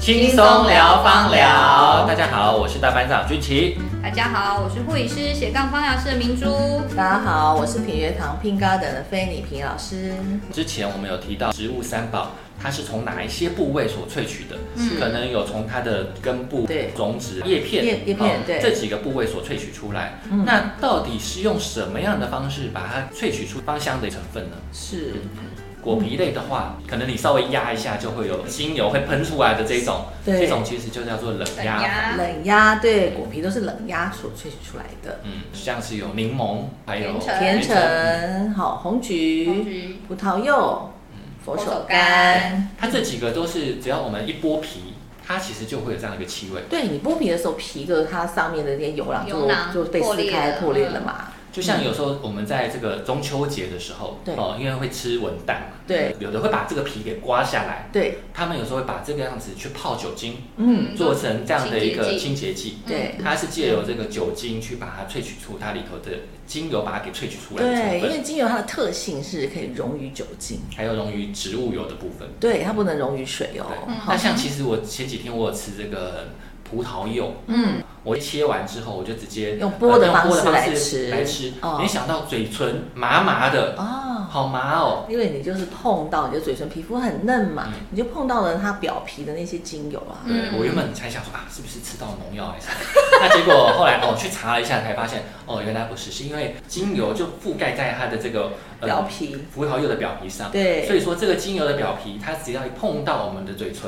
轻松聊芳疗。大家好，我是大班长君奇。大家好，我是护理师斜杠芳疗师的明珠。大家好，我是品学堂 Pink Garden 的菲尼平老师。之前我们有提到植物三宝，它是从哪一些部位所萃取的？嗯可能有从它的根部对、种子、叶片、叶叶片哦对这几个部位所萃取出来。那到底是用什么样的方式把它萃取出芳香的成分呢？是，果皮类的话，可能你稍微压一下就会有精油会喷出来的这种，对这种其实就叫做冷压。等呀，冷压对果皮都是冷压所萃取出来的。嗯，像是有柠檬，还有甜橙甜橙、好红红橘、橘葡萄柚、佛佛手手柑柑。它这几个都是只要我们一剥皮，它其实就会有这样一个气味，对你剥皮的时候，皮的它上面的那些油囊油就囊就被破撕裂开了破裂了嘛。就像有时候我们在这个中秋节的时候，对哦，因为会吃文旦嘛，对，有的会把这个皮给刮下来，对，他们有时候会把这个样子去泡酒精，嗯，做成这样的一个清清洁剂。对它是借由这个酒精去把它萃取出它里头的精油，把它给萃取出来的对，成因分，为精油它的特性是可以溶于酒精，还有溶于植物油的部分。对，它不能溶于水哦对。，好那像其实我前几天我有吃这个葡萄柚，嗯，我切完之后，我就直接用剥的呃方用式来吃来吃哦没想到嘴唇麻麻的，哦，好麻哦。因为你就是碰到你的嘴唇皮肤很嫩嘛，嗯你就碰到了它表皮的那些精油啊。嗯对我原本才想说啊，是不是吃到农药还是什 么？那结果后来哦去查了一下，才发现哦原来不是，是因为精油就覆盖在它的这个、呃表皮葡萄柚的表皮上，对嗯所以说这个精油的表皮，它只要一碰到我们的嘴唇，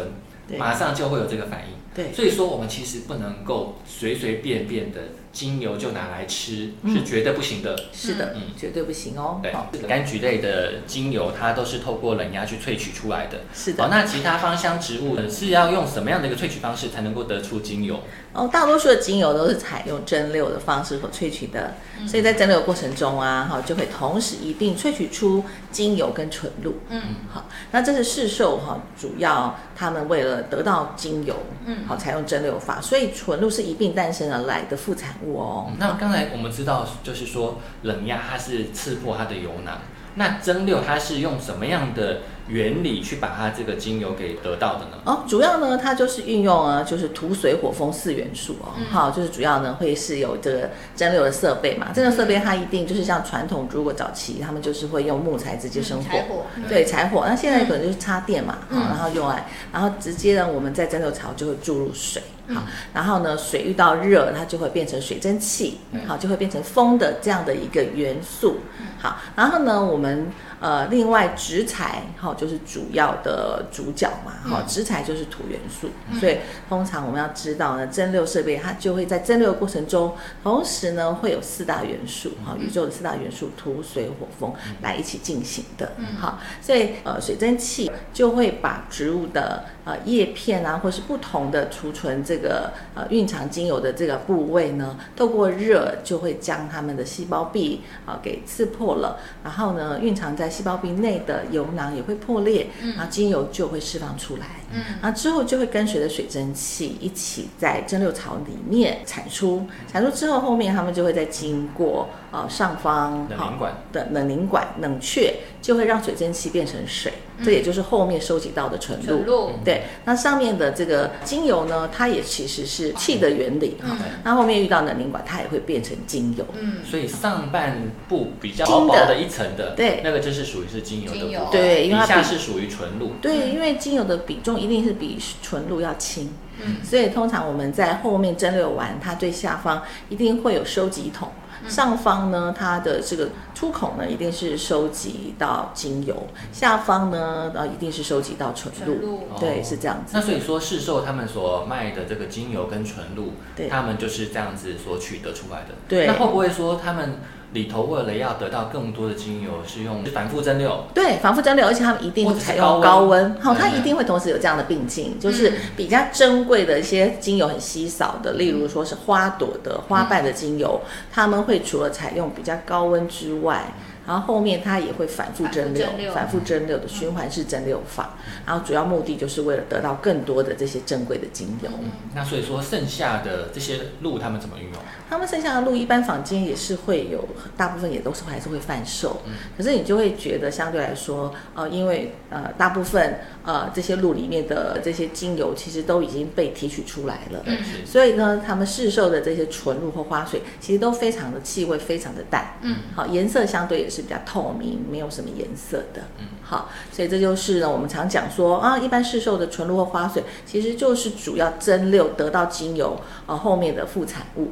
对马上就会有这个反应。对所以说我们其实不能够随随便便的精油就拿来吃，嗯是绝对不行的。是的，嗯绝对不行哦。对好，柑橘类的精油，它都是透过冷压去萃取出来的。是好，的。那其他芳香植物呢是要用什么样的一个萃取方式才能够得出精油？哦，大多数的精油都是采用蒸馏的方式所萃取的，嗯所以在蒸馏的过程中啊，哈，就会同时一并萃取出精油跟纯露。嗯好，那这是市售哈，主要他们为了得到精油，嗯好采用蒸馏法，所以纯露是一并诞生而来的副产物哦。那刚才我们知道，就是说冷压它是刺破它的油囊，那蒸馏它是用什么样的原理去把它这个精油给得到的呢？哦，主要呢，它就是运用啊，就是土、水、火、风四元素哦。嗯好，就是主要呢会是有这个蒸馏的设备嘛，蒸馏设备它一定就是像传统，如果早期他们就是会用木材直接生火，柴火，嗯对，柴火。那现在可能就是插电嘛，好，嗯然后用来，然后直接呢，我们在蒸馏槽就会注入水，嗯好，然后呢，水遇到热，它就会变成水蒸气，嗯好，就会变成风的这样的一个元素，好，然后呢，我们呃，另外植材，好，就是主要的主角嘛，好，嗯植材就是土元素，所以通常我们要知道呢，蒸馏设备它就会在蒸馏的过程中，同时呢会有四大元素，哈，嗯宇宙的四大元素土、水、火、风来一起进行的，嗯好，所以呃水蒸气就会把植物的呃叶片啊，或是不同的储存这个呃蕴藏精油的这个部位呢，透过热就会将它们的细胞壁啊、给刺破了，然后呢蕴藏在细胞壁内的油囊也会破裂，然后精油就会释放出来，嗯然后之后就会跟随着水蒸气一起在蒸馏槽里面产出，产出之后后面它们就会再经过呃上方冷好凝管的冷凝管冷却，就会让水蒸气变成水，这也就是后面收集到的嗯纯纯露。露，对，那上面的这个精油呢，它也其实是气的原理哈嗯，那后面遇到冷凝管，它也会变成精油。嗯所以上半部比较薄薄精的的一层的，对那个就是属于是精油的精部油分，对因为它底下比是属于纯露，对，因为精油的比重一定是比纯露要轻，嗯所以通常我们在后面蒸馏完，它最下方一定会有收集桶，嗯上方呢它的这个出口呢一定是收集到精油，下方呢呃一定是收集到纯纯露，露，对，哦是这样子。那所以说，市售他们所卖的这个精油跟纯露对，他们就是这样子所取得出来的。对那会不会说他们里头为了要得到更多的精油，是用反复蒸馏？对，反复蒸馏，而且他们一定或会者是采高用温高温，好、它嗯一定会同时有这样的并进，就是比较珍贵的一些精油很稀少的，例如说是花朵的花瓣的精油，他们会除了采用比较高温之外。然后后面它也会反复蒸反复蒸馏馏，反复蒸馏的循环式蒸馏法，然后主要目的就是为了得到更多的这些珍贵的精油。那所以说，剩下的这些路他们怎么运用？他们剩下的路，一般坊间也是会有，大部分也都是还是会贩售。可是你就会觉得相对来说，呃，因为呃，大部分呃这些路里面的这些精油其实都已经被提取出来嗯了，对，是所以呢，他们市售的这些纯露或花水，其实都非常的气味非常的淡，嗯，好，颜色相对也是比较透明，没有什么颜色的，嗯，好，所以这就是呢，我们常讲说啊，一般市售的纯露或花水，其实就是主要蒸馏得到精油呃后面的副产物。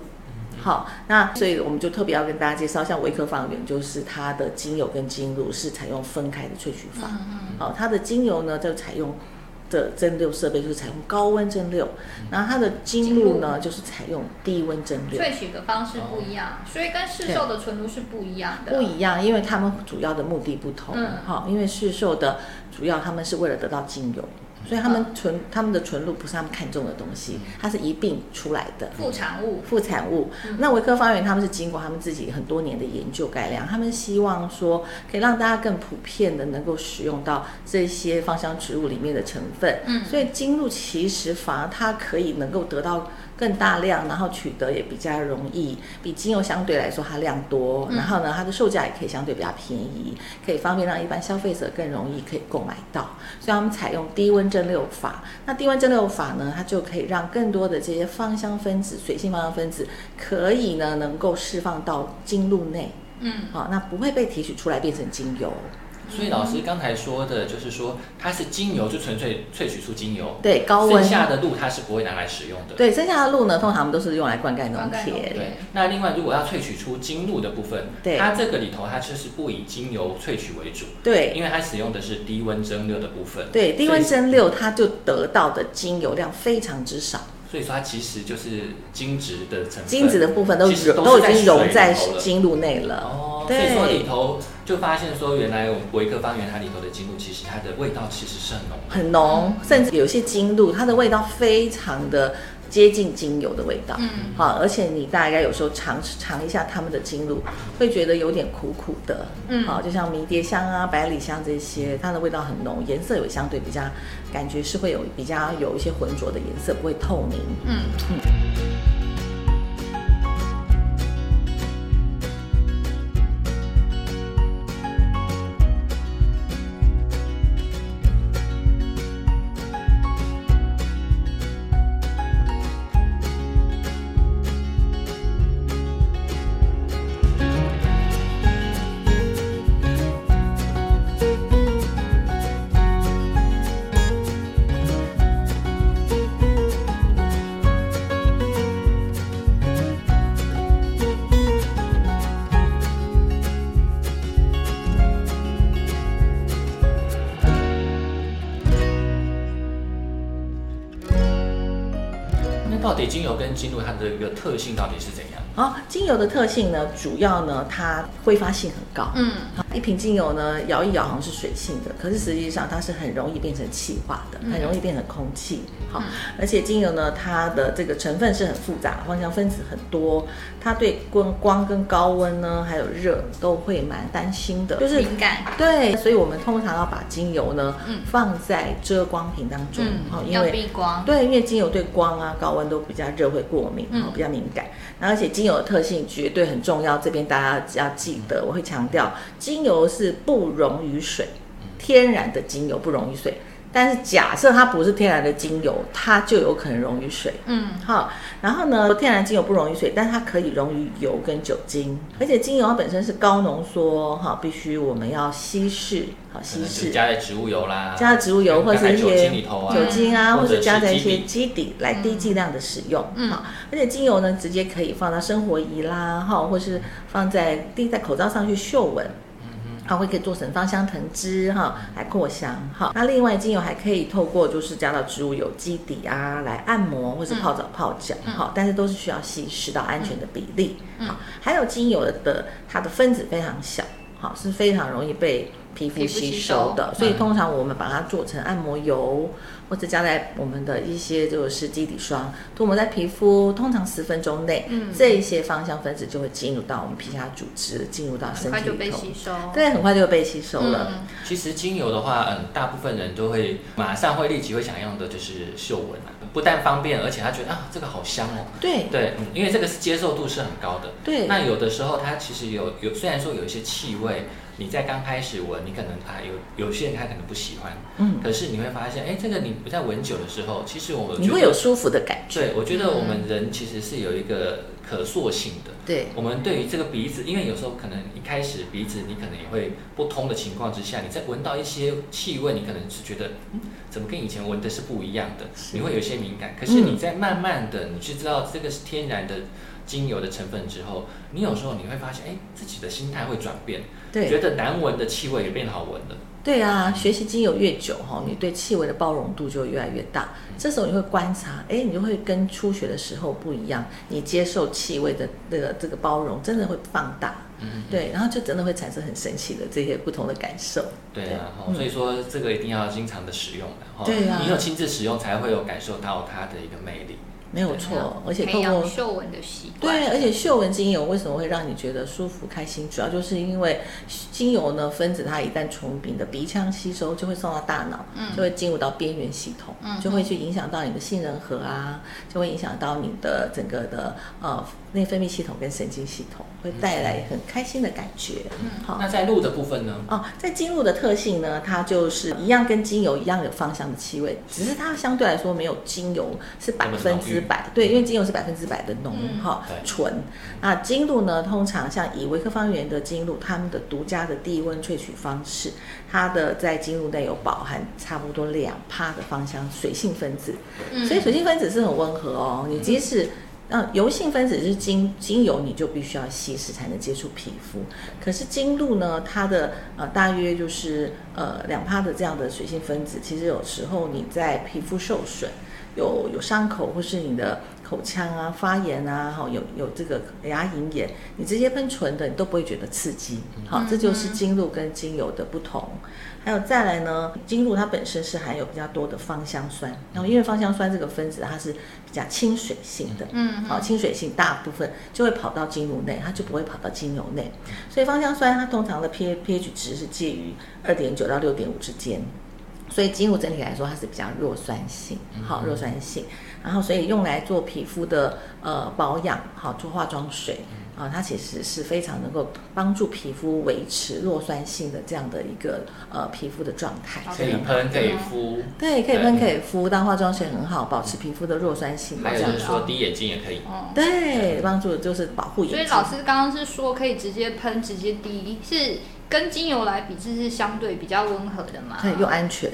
好，那所以我们就特别要跟大家介绍，像维克芳园，就是它的精油跟精露是采用分开的萃取法。嗯哦，它的精油呢就采用的蒸馏设备就是采用高温蒸馏，然后它的精露呢就是采用低温蒸嗯，馏，萃取的方式不一样，所以跟市售的纯露是不一样的。不一样，因为它们主要的目的不同。嗯哈、因为市售的主要他们是为了得到精油，嗯所以他们纯他们的纯露不是他们看中的东西，它是一并出来的。副产物，副产物。嗯那维克芳园他们是经过他们自己很多年的研究改良，他们希望说可以让大家更普遍的能够使用到这些芳香植物里面的成分。嗯所以精露其实反而它可以能够得到更大量，然后取得也比较容易，比精油相对来说它量多，嗯然后呢它的售价也可以相对比较便宜，可以方便让一般消费者更容易可以购买到。所以他们采用低温蒸馏法。那低温蒸馏法呢，它就可以让更多的这些芳香分子、水性芳香分子，可以呢能够释放到精露内，嗯，好、那不会被提取出来变成精油。所以老师刚才说的，就是说它是精油，就纯粹萃取出精油，对，高剩温。下的路它是不会拿来使用的。对，剩下的露呢，通常我们都是用来灌溉农灌溉农田田。对，那另外如果要萃取出精露的部分，对它这个里头它就是不以精油萃取为主，对因为它使用的是低温蒸馏的部分。对，低温所以蒸馏它就得到的精油量非常之少，所以说它其实就是精质的成分，精子的部分都其实融都都是在已经融水在里头了精露内了。哦，所对以说里头就发现说，原来我们维克方圆它里头的精露，其实它的味道其实是很浓的。很浓，甚至有些精露，它的味道非常的接近精油的味道。嗯，好，而且你大概有时候尝尝一下他们的精露，会觉得有点苦苦的。嗯好，就像迷迭香啊、百里香这些，它的味道很浓，颜色也相对比较，感觉是会有比较有一些浑浊的颜色，不会透明。嗯，那到底精油跟精露它的一个特性到底是怎样？好，精油的特性呢，主要呢它挥发性很高。嗯，一瓶精油呢，摇一摇好像是水性的，可是实际上它是很容易变成气化的，嗯很容易变成空气。好，而且精油呢，它的这个成分是很复杂，芳香分子很多，它对光光跟高温呢，还有热都会蛮担心的，就是。敏感，对，所以我们通常要把精油呢、嗯放在遮光瓶当中，好、嗯，因要为避光，对，因为精油对光啊、高温都比较热，会过敏，嗯嗯、比较敏感。那而且精油的特性绝对很重要，这边大家要记得，我会强调，精油是不溶于水，嗯天然的精油不溶于水。但是假设它不是天然的精油，它就有可能溶于水。嗯，好，然后呢，天然精油不溶于水，但它可以溶于油跟酒精，而且精油它本身是高浓缩，哈，必须我们要稀释，好可稀能是释。加在植物油啦，加在植物油或加是在一酒些精里头啊，酒精啊，或或者是加在一是基些底基底来低剂量的使用。嗯好，而且精油呢，直接可以放到生活仪啦，哈，或是放在滴在口罩上去嗅闻。嗯啊，会可以做成芳香藤汁哈，来扩香哈。那另外精油还可以透过就是加到植物油基底啊，来按摩或是泡澡泡脚嗯哈、但是都是需要稀释到安全的比例。好，还有精油的它的分子非常小，好是非常容易被皮皮肤肤吸吸收的，收所以嗯通常我们把它做成按摩油，或者加在我们的一些就是基底霜，涂抹在皮肤，通常十分钟内，嗯这一些芳香分子就会进入到我们皮下组织，进入到很身快体就里被头，吸收。对，很快就会被吸收嗯，了。其实精油的话，嗯，大部分人都会马上会立即会想用的就是嗅闻啊，不但方便，而且他觉得啊这个好香哦。对对，嗯，因为这个是接受度是很高的。对，那有的时候它其实有有，虽然说有一些气味，你在刚开始闻，你可能啊有有些人他可能不喜欢，嗯，可是你会发现，哎，这个你在闻久的时候，其实我们你会有嗯舒服的感觉。对，我觉得我们人其实是有一个可塑性的。对，我们对于这个鼻子，因为有时候可能一开始鼻子你可能也会不通的情况之下，你在闻到一些气味，你可能是觉得，嗯，怎么跟以前闻的是不一样的，你会有一些敏感。可是嗯你在慢慢的，你去知道这个是天然的精油的成分之后，你有时候你会发现，哎，自己的心态会转变，觉对得难闻的气味也变好闻了。对啊，学习精油越久哈，你对气味的包容度就越来越大。这时候你会观察，哎，你就会跟初学的时候不一样，你接受气味的这个这个包容真的会放大。嗯，对，然后就真的会产生很神奇的这些不同的感受。对啊，对嗯哦所以说这个一定要经常的使用的，哦对啊你有亲自使用才会有感受到它的一个魅力。没有错，而且透培过养嗅闻的习惯。对，而且嗅闻精油为什么会让你觉得舒服开心？主要就是因为精油呢分子它一旦从你的鼻腔吸收，就会送到大脑，嗯就会进入到边缘系统，嗯就会去影响到你的杏仁核啊，就会影响到你的整个的呃内分泌系统跟神经系统，会带来很开心的感觉。嗯好那在路的部分呢？哦，在精露的特性呢，它就是一样跟精油一样有芳香的气味，只是它相对来说没有精油是百分之百，对，因为精油是百分之百的浓嗯哈、对纯。那精露呢，通常像以维克方园的精露，他们的独家的低温萃取方式，它的在精露内有饱含差不多两帕的芳香水性分子，嗯所以水性分子是很温和哦，你即使。嗯，油性分子是精精油，你就必须要稀释才能接触皮肤。可是精露呢，它的呃大约就是呃两帕的这样的水性分子，其实有时候你在皮肤受损，有有伤口或是你的口腔啊发炎啊，哈、有有这个牙龈炎，你直接喷纯的你都不会觉得刺激，好、这就是精露跟精油的不同。还有再来呢，精露它本身是含有比较多的芳香酸，然后因为芳香酸这个分子它是比较亲水性的，嗯好、亲水性大部分就会跑到精露内，它就不会跑到精油内，所以芳香酸它通常的 pH pH 值是介于二点九到六点五之间。所以精油整体来说它是比较弱酸性，嗯好弱酸性，然后所以用来做皮肤的呃保养，好做化妆水嗯啊，它其实是非常能够帮助皮肤维持弱酸性的这样的一个呃皮肤的状态。好可以喷，可以敷，对，可以喷，对可以敷，当化妆水很好，保持皮肤的弱酸嗯性的还这有样就是子。说滴眼睛也可以。哦，对，帮助就是保护眼睛。所以老师刚刚是说可以直接喷、直接滴，是跟精油来比，这是相对比较温和的嘛？对又安全，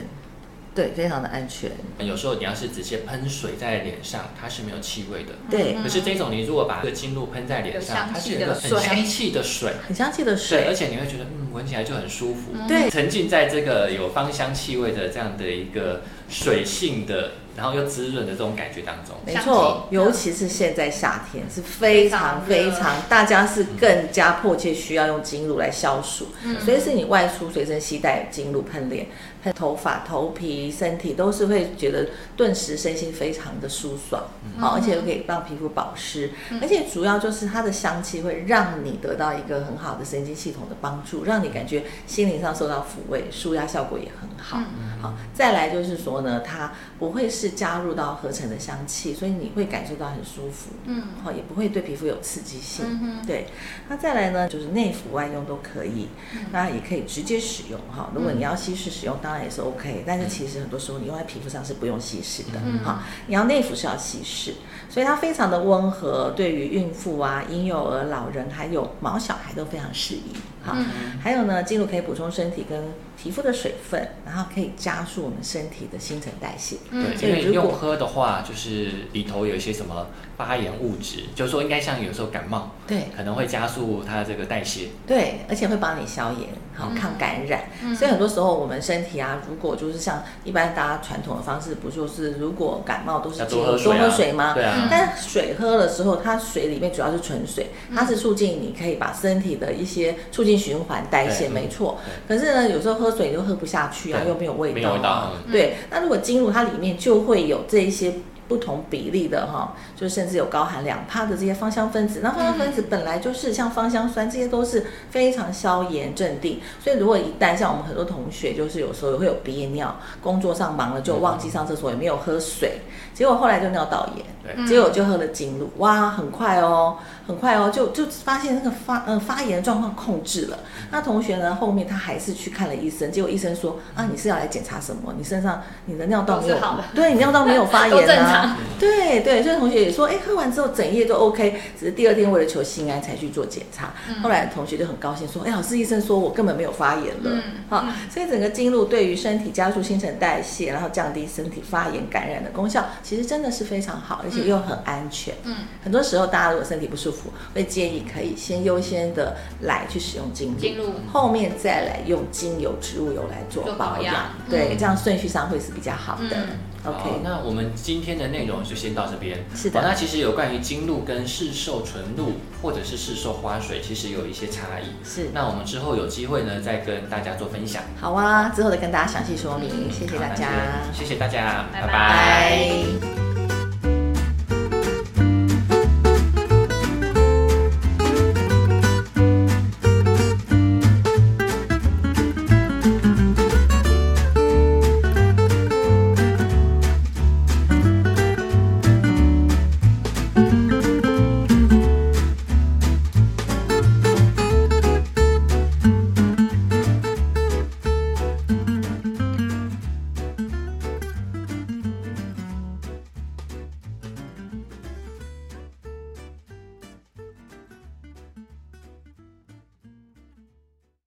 对，非常的安全。有时候你要是直接喷水在脸上，它是没有气味的。嗯对，可是这种你如果把这个精露喷在脸上，有香它气是的一个很香气的水，很香气的对，而水，且你会觉得嗯闻起来就很舒服，嗯对沉浸在这个有芳香气味的这样的一个水性的，然后又滋润的这种感觉当中。没香错，气尤其是现在夏天是非常非常非热常，大家是更加迫切需要用精露来消暑，所以是你外出随身携带精露喷脸、喷头发、头皮、身体，都是会觉得顿时身心非常的舒爽，好、而且又可以让皮肤保湿，而且主要就是它的香气会让你得到一个很好的神经系统的帮助，让你感觉心灵上受到抚慰，舒压效果也很好。嗯好，啊再来就是说呢，它不会是加入到合成的香气，所以你会感受到很舒服，嗯，好，也不会对皮肤有刺激性。嗯哼对，那再来呢，就是内服外用都可以，嗯那也可以直接使用哈。如果你要稀释使用，当然也是 OK，但是其实很多时候你用在皮肤上是不用稀释的嗯哈。你要内服是要稀释，所以它非常的温和，对于孕妇啊、婴幼儿、老人还有毛小孩都非常适宜哈。嗯还有呢，精露可以补充身体跟皮肤的水分，然后可以加速我们身体的新陈代谢。嗯对，因为用喝的话，就是里头有一些什么发炎物质，就是说应该像有时候感冒，对可能会加速它这个代谢。对，而且会帮你消炎，好、嗯抗感染。嗯所以很多时候我们身体啊，如果就是像一般大家传统的方式，不就是如果感冒都是要精多油喝水、啊，多喝水吗？对嗯啊，但嗯水喝了之后，它水里面主要是纯水，它是促进你可以把身体的一些促进进循环代谢，对没错。可是呢，有时候喝水就喝不下去啊，对又没有味道、啊，没有味道嗯对，那如果进入它里面，就会有这一些。不同比例的哈，就甚至有高含两帕的这些芳香分子。那芳香分子本来就是像芳香酸，这些都是非常消炎镇定。所以如果一旦像我们很多同学，就是有时候也会有鼻炎尿，工作上忙了就忘记上厕所，也没有喝水，结果后来就尿道炎。对嗯结果就喝了金露，哇，很快哦，很快哦，就就发现那个发呃发炎状况控制了。嗯那同学呢，后面他还是去看了医生，结果医生说啊，你是要来检查什么？你身上你的尿道没有都是好的，对你尿道没有 发都正炎常啊，对对，所以同学也说，哎，喝完之后整夜就 OK，只是第二天为了求心安才去做检查。嗯后来同学就很高兴说，哎，老师医生说我根本没有发炎了，嗯哈、嗯所以整个经露对于身体加速新陈代谢，然后降低身体发炎感染的功效，其实真的是非常好，而且又很安全。嗯，很多时候大家如果身体不舒服，会建议可以先优先的来去使用精进入后面再来用精油植物油来做做保保养养，对，这样顺序上会是比较好的。嗯 OK，好那我们今天的内容就先到这边。是的好那其实有关于金露跟市售纯露或者是市售花水，其实有一些差异。是那我们之后有机会呢，再跟大家做分享。好啊，之后再跟大家详细说明，谢谢好大那家今。天谢谢大家，拜拜拜拜